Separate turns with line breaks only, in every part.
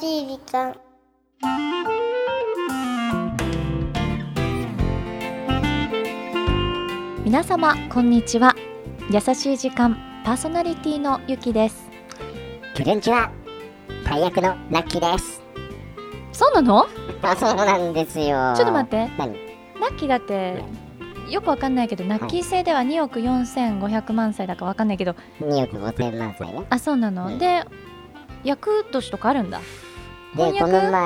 しい時間
皆様こんにちは優しい時間パーソナリティのゆきです
キュレンチは大役のラッキーです。
そうなの
あ、そうなんですよ。
ちょっと待って
何
ナッキーだってよくわかんないけどナッキー製では2億4500万歳だかわかんないけど
2億5千万歳ね。
あそうなの、
ね
で役年とかあるんだ
で、
翻
この
訳
前、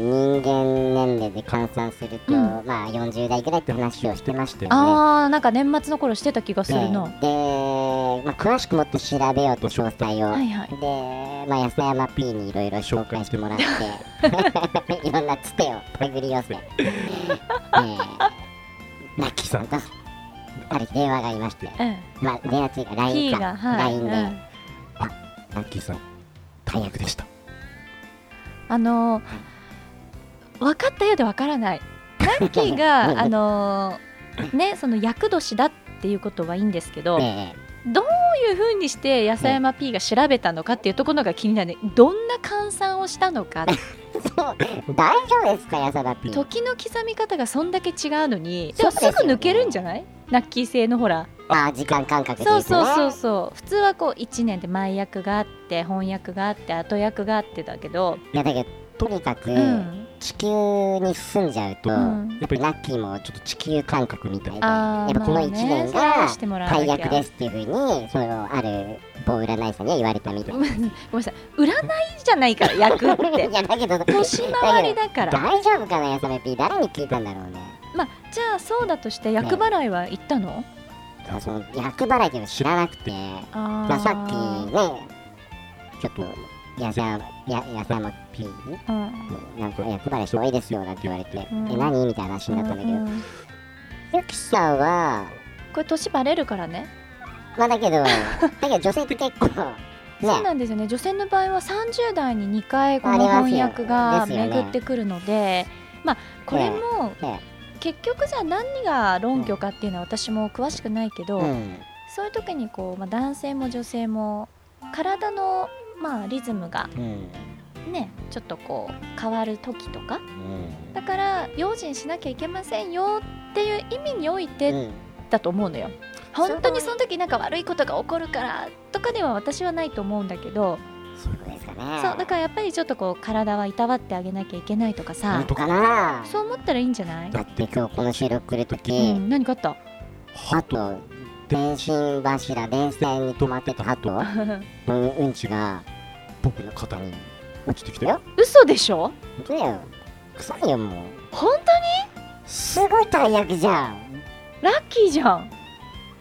人間年齢で換算すると、
うん
まあ40代ぐらいって話をしてましたよね。
あーなんか年末の頃してた気がす
ね
るの、
で、まあ、詳しくもって調べようと詳細を。
はいはい
で、まあ、安山 P にいろいろ紹介しても らって、いろんなつてを巡り寄せ、えー、ラッキーさんと、ある電話がありまして、
うん
まあ、電話というか
P
LINE か、
がはい
LINE で、
うん
ラッキーさん、大役でした。
あのー分かったようで分からない。ナッキー
うん
が、あのーね、その厄年だっていうことはいいんですけど、ど
え
ういうふうにして野菜山 P が調べたのかっていうところが気になるね、どんな換算をしたのか、
えそう大丈夫ですか、やさだぴー。
時の刻み方がそんだけ違うのに、で
そう
も
ですすよ
ぐ
ね
抜けるんじゃないナッキー製のほら、
あー時間感覚です
そ
ね。
うそうそうそう、普通はこう1年で前役があって、翻訳があって、後役があってだけど、
いやだけど、とにかく、
うん、
地球に住んじゃうと、
うん
やっぱりラッキーもちょっと地球感覚みたいで、や
あ
っ
ー
ぱこ
ま
の
あ
1
ね
年
それは
が
してもらわな
大
きゃ
役ですっていうふうに、そのある某占い師さんには言われたみたい
ご。めんなさい、占いじゃないから、役って
い。 やだけど、
年回りだから、
大丈夫かな、やさだぴー。誰に聞いたんだろうね。
まあ、じゃあそうだとして厄払いは行ったの、
あその役払いっていうの知らなくて。
あ
まあ、さっきね、ちょっと、やさ、や、やさまピーに、
き、うん
なんか、役払いしてもいいですよ、なんて言われて、
うん
え、何みたいな話になったんだけ
う
ど、
ん
ゆきさんは、
これ年バレるからね
まあ、だけ ど、だけど女性って結構、
そう
ね、
なんですよね女性の場合は30代に2回こ
あり
の
ますよ
翻訳が
ですよね
巡ってくるのでまあこれも
ね
結局じゃあ何が論拠かっていうのは私も詳しくないけど、
うん、
そういう時にこう、まあ、男性も女性も体のまあリズムが
うん、
ねちょっとこう変わる時とか
うん
だから用心しなきゃいけませんよっていう意味において
うん、
だと思うのよ。本当にその時なんか悪いことが起こるからとかでは私はないと思うんだけど、
そういうことですかね。
そうだからやっぱりちょっとこう体はいたわってあげなきゃいけないとかさ
本、当かな
そう思ったらいいんじゃない？
だって今日この収録来るとき、
うん、何かあった？
ハト、電信柱、電線に止まってたハトのうんちが、僕の肩に落ちてきたよ。
嘘でしょ？
本当だよ。臭いよ、もう。
本
すごい大役じゃん
当ラッキーじゃん。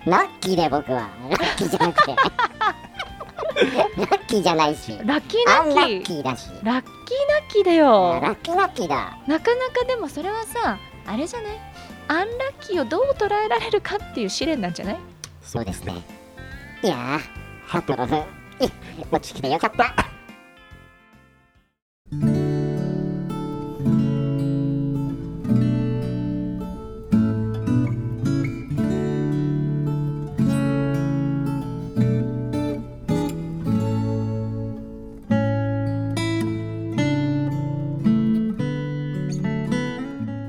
ラッキーで僕はラッキーじゃな くてラッキーじゃないし
ラッキーナ
アンラ
ッキー。
ッキーだしいや
ラッキーナッキーだよ。
ラッキーラッキーだ
なかなかでもそれはさ、あれじゃない？アンラッキーをどう捉えられるかっていう試練なんじゃない？
そうですねいやーハトの分落ちてきてよかった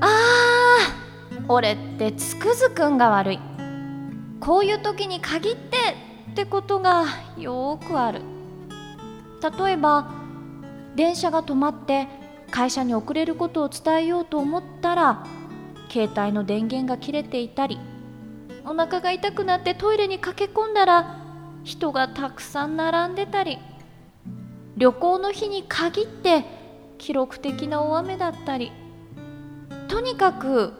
あー俺ってつくづくんが悪いこういう時に限ってってことがよくある例えば電車が止まって会社に遅れることを伝えようと思ったら携帯の電源が切れていたりお腹が痛くなってトイレに駆け込んだら人がたくさん並んでたり旅行の日に限って記録的な大雨だったりとにかく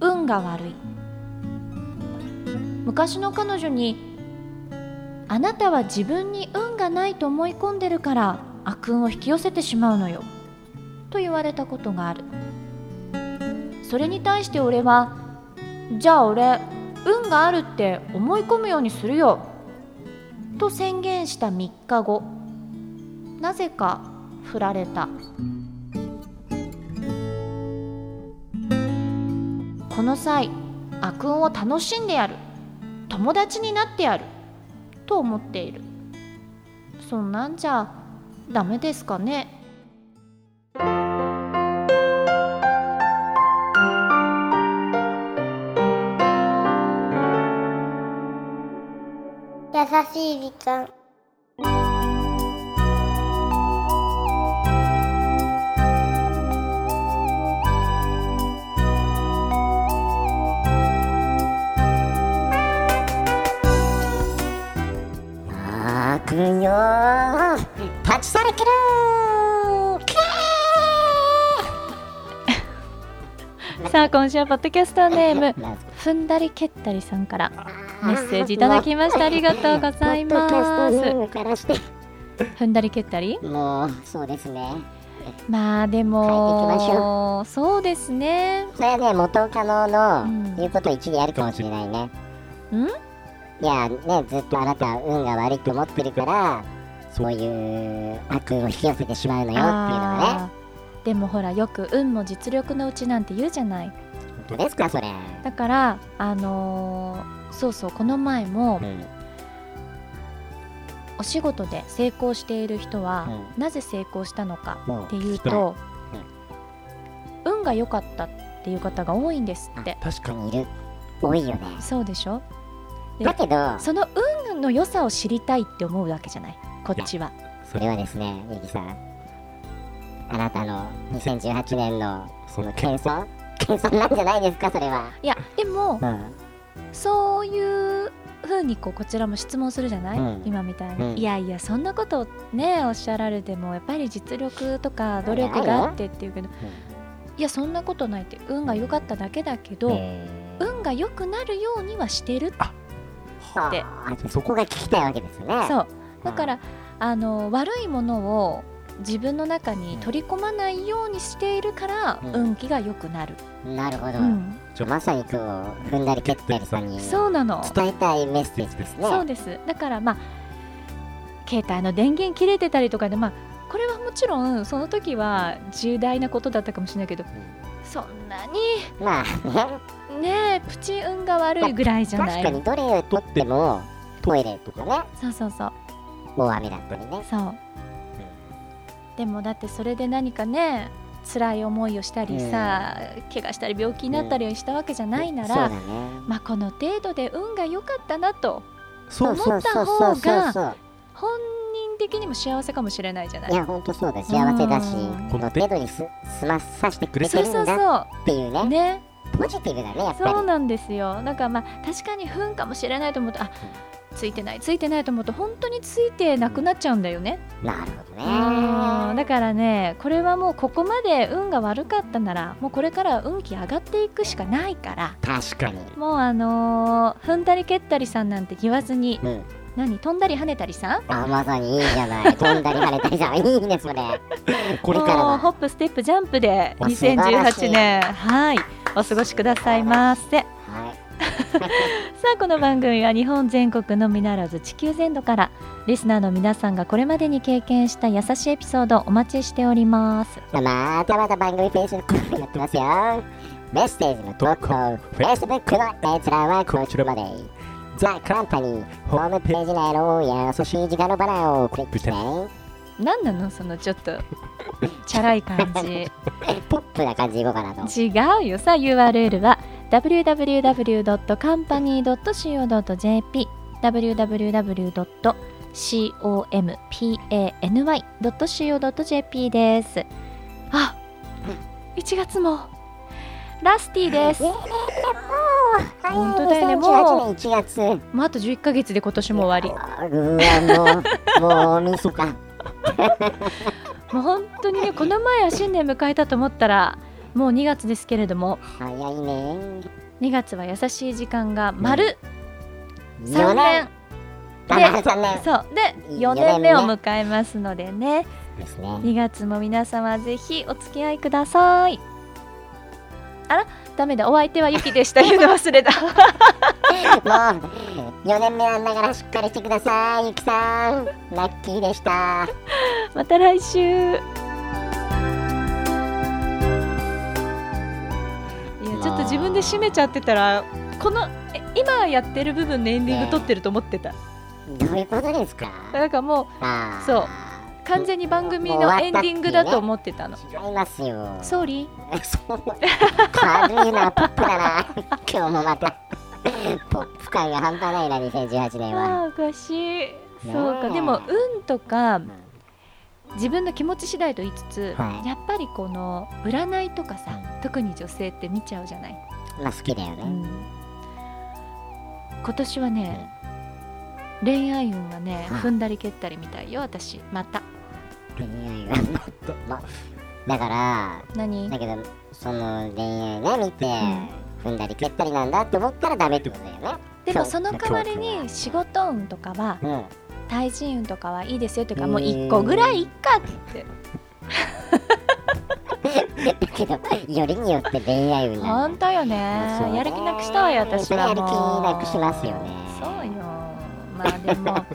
運が悪い昔の彼女に「あなたは自分に運がないと思い込んでるから悪運を引き寄せてしまうのよ」と言われたことがあるそれに対して俺は「じゃあ俺運があるって思い込むようにするよ」と宣言した3日後なぜか振られた。この際悪運を楽しんでやる友達になってやると思っているそんなんじゃダメですかね
楽しい時間
悪よ立ち去るけろキ
さあ今週はポッドキャストネーム
ャー
踏んだり蹴ったりさんからメッセージいただきましたありがとうございます
ポッドキャストネームからして
踏んだり蹴ったり
もうそうですね
まあで
変えていきまし
もそうですね
それはね元カノ
うん
の言うことを一理あるかもしれないね
ん
いやねずっとあなたは運が悪いと思ってるからそういう悪を引き寄せてしまうのよっていうのはね
あーでもほらよく運も実力のうちなんて言うじゃない
本当ですかそれ
だからあのーそうそうこの前も
うんうん
お仕事で成功している人はなぜ成功したのか
もう
っていうと運が良かったっていう方が多いんですって
確かにいる多いよね
そうでしょで
だけど
その運の良さを知りたいって思うわけじゃないこっちは
それはですね、ゆきさん、あなたの2018年のその謙遜謙遜なんじゃないですか、それは。
いやでも
うん、
そういう風にこうこちらも質問するじゃない、
うん
今みたいに、
うん
いやいやそんなことをねおっしゃられてもやっぱり実力とか努力があってっていうけど、いやそんなことないって運が良かっただけだけど、
えー
運が良くなるようにはしてるって
はあそこが聞きたいわけですね。
そうだから、あの悪いものを自分の中に取り込まないようにしているから、
うん
運気が良くなる、
なるほど、
うん
じゃあまさに今日、踏んだり蹴ったりさんに
そうなの
伝えたいメッセージですね。
そうですだからまあ携帯の電源切れてたりとかでまあこれはもちろんその時は重大なことだったかもしれないけどそんなに
まあね、
ねえプチ運が悪いぐらい じゃな
確
い
かにどれをとってもトイレとかね、
そうそうそう
大雨だったりね。
そうでもだってそれで何かね辛い思いをしたりさ、怪我したり病気になったりしたわけじゃないなら、
そうだね。
まあこの程度で運が良かったなと
そうそうそうそうそうそう。
本人的にも幸せかもしれないじゃない
いや、本当そうだ、幸せだし
うん、
この程度にす済まさせてくれて
そう
るん
そう
だっ
そ
ていう
うね
ね、ポジティブだね、やっぱり
そう。なんですよだからまあ確かに不運かもしれないと思うとあついてないついてないと思うと本当についてなくなっちゃうんだよね、
なるほど
うんだ
ね。
からねこれはもうここまで運が悪かったならもうこれから運気上がっていくしかないから
確かに。
もうあのー踏んだり蹴ったりさんなんて言わずに
うん、
何飛んだり跳ねたりさん
あまさにいいじゃ ない。飛んだり跳ねたりじゃん。いいね、それ。これから
もうホ
は。
ップステップジャンプで
わ素晴らしい
2018年はいお過ごしくださいませ。
はい。
さあこの番組は日本全国のみならず地球全土からリスナーの皆さんがこれまでに経験した優しいエピソードをお待ちしており ます
またまた番組ページのコーナーやってますよ。メッセージの投稿、Facebook の閲覧はこちらまで。ザ・カンパニー、ホームページ内の優しい時間のバナーをクリックして、
何なのそのちょっとチャラい感じ
ポップな感じでいこうかなと。
違うよさあ URL は www.company.co.jp www.company.co.jp ですあ1月もラスティです本当だよねもう
2018年1月。
もうあと11ヶ月で今年も終わ
あうわもうもうみそか
りもう本当にねこの前は新年迎えたと思ったらもう2月ですけれども
早いね
2月は優しい時間が丸
四
3年
だな三年
そうで4年目を迎えますのでね
ですね
2月も皆様ぜひお付き合いくださいあらダメだお相手はゆきでした言うの忘れた
もう 四年目なんだからしっかりしてくださいゆきさんラッキーでした
また来週いやちょっと自分で締めちゃってたらこのえ今やってる部分のエンディング撮ってると思ってた
どういうことです か
なんかもう
あー
そう完全に番組のエンディングだと思ってたの
違いますよ
ソーリー
そう軽いなポップだな今日もまたポップ感が半端ないな2018年は
ああおかしい
や
そうかでも運とか自分の気持ち次第と言いつつ、
はい
やっぱりこの占いとかさ
う
特に女性って見ちゃうじゃない、
まあ好きだよ
う
ね
ん、今年はね恋愛運はね
はい
踏んだり蹴ったりみたいよ私また
恋愛がまだから
何
だけどその恋愛ね見て
ん
踏んだり蹴ったりなんだって思ったらダメってことだよね
でもその
そう
代わり
そう
に仕事運とかは
うん
対人運とかはいいですよというか
うん
もう1個ぐらいいっかって
だけどよりによって恋愛運な
本
んだ
当よね
そうね
やる気なくしたわよ私はもう
やっぱりやる気なくしますよね
そうよまあで も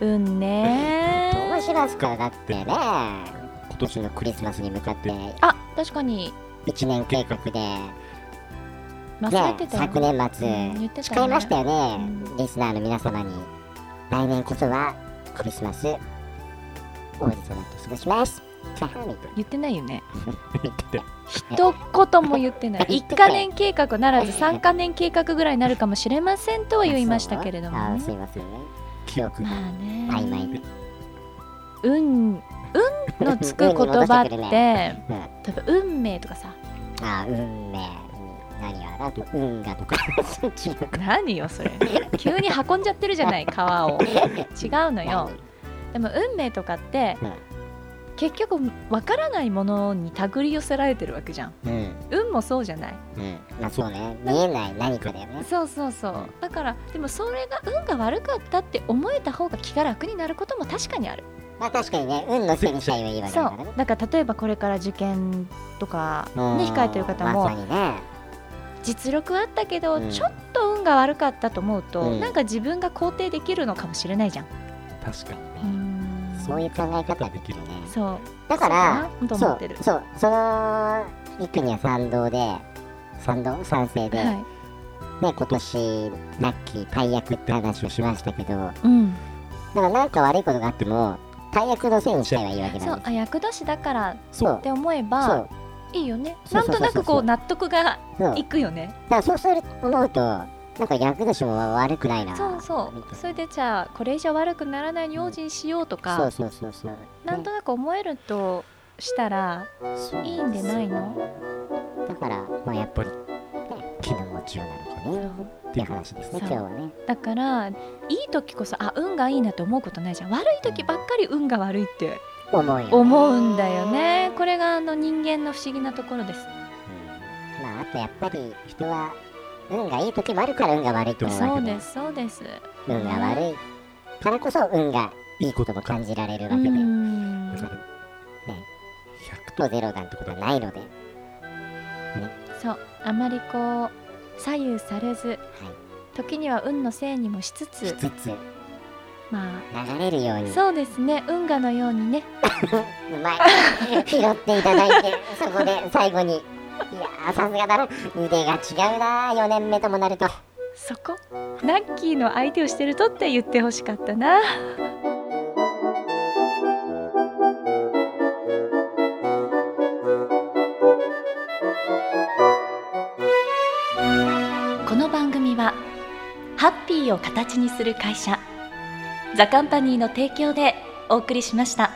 運ね
どうしますかだってね今年のクリスマスに向かって
あ確かに
1年計画で
忘れ
ね
てたよ
昨年末
うん言ってた
誓いましたよね、
うん
リスナーの皆様に来年こそはクリスマス王子様と過ごしますキャーみたい
言ってないよね
な言ってて
一言も言ってない
言っ
一
てた
か年計画ならず三か年計画ぐらいになるかもしれませんとは言いましたけれど
あ
も
ー
ね
すいませんね記憶が
まあね
曖昧で
運運のつく言葉っ
運に戻してくる
て
うん
例えば運命とかさ
あー運命うん何やらあと運河とかそっちの
何よそれ急に運んじゃってるじゃない川を違うのよでも運命とかって
うん
結局わからないものに手繰り寄せられてるわけじゃん
うん
運もそうじゃない
うんまあそうね見えない何かだよね
そうそうそうだからでもそれが運が悪かったって思えた方が気が楽になることも確かにある
まあ確かにね運のせいにしちゃえばいいわけ
そ
だから
う
ね
だから例えばこれから受験とかね
うん
控えてる方
ま
も
さにね
実力あったけど
うん
ちょっと運が悪かったと思う
う
と
ん
なんか自分が肯定できるのかもしれないじゃん
確かに
うん
そういう考え方できるね
そう
だから
そうだなと
そ
思っ
う
てる
そうその一句には賛同で賛同賛成で、
は
ね今年ラッキー大役って話をしましたけどだか
いうん
らなんか悪いことがあっても大役のせいにしちゃえばいいわけ
そ
なん
う
で
あ厄年だから
すそう
っ。て思え
そ
ば
う
いいよね
そ
な
うそ
ん
うそう
となく
そう
こ
そう
う納得が
そう
いくよね
だからそうする思うとなんか役年も悪くないな
そうそうそれでじゃあこれ以上悪くならないように用心しようと
そう
か
そうそうそう
なんとなく思えるとしたら
そう
いいんでないの
だからまあやっぱり、ね、気の持ちようなのかねっていう話ですね
そ
今
う
日はね
だからいい時こそあ運がいいなって思うことないじゃん悪い時ばっかり運が悪いって
思うよね
思うんだよねこれがあの人間の不思議なところです
うんまああとやっぱり人は運がいい時もあるから運が悪いと思う
そ
わ
う
け
で
です
そうです
運が悪いからこそ運がいいことも感じられる
う
わけで、
ん
だから
ね
100
とゼロなんてことはないので、はい、
そうあまりこう左右されず時には運のせいにもしつ
し
つ
つつ流
ま
れるよう
あ
に
そうですね運河のようにね
うまい 拾っていただいてそこで最後にいやーさすがだな腕が違うな4年目ともなると
そこラッキーの相手をしてるとって言ってほしかったなこの番組はハッピーを形にする会社ザ・カンパニーの提供でお送りしました。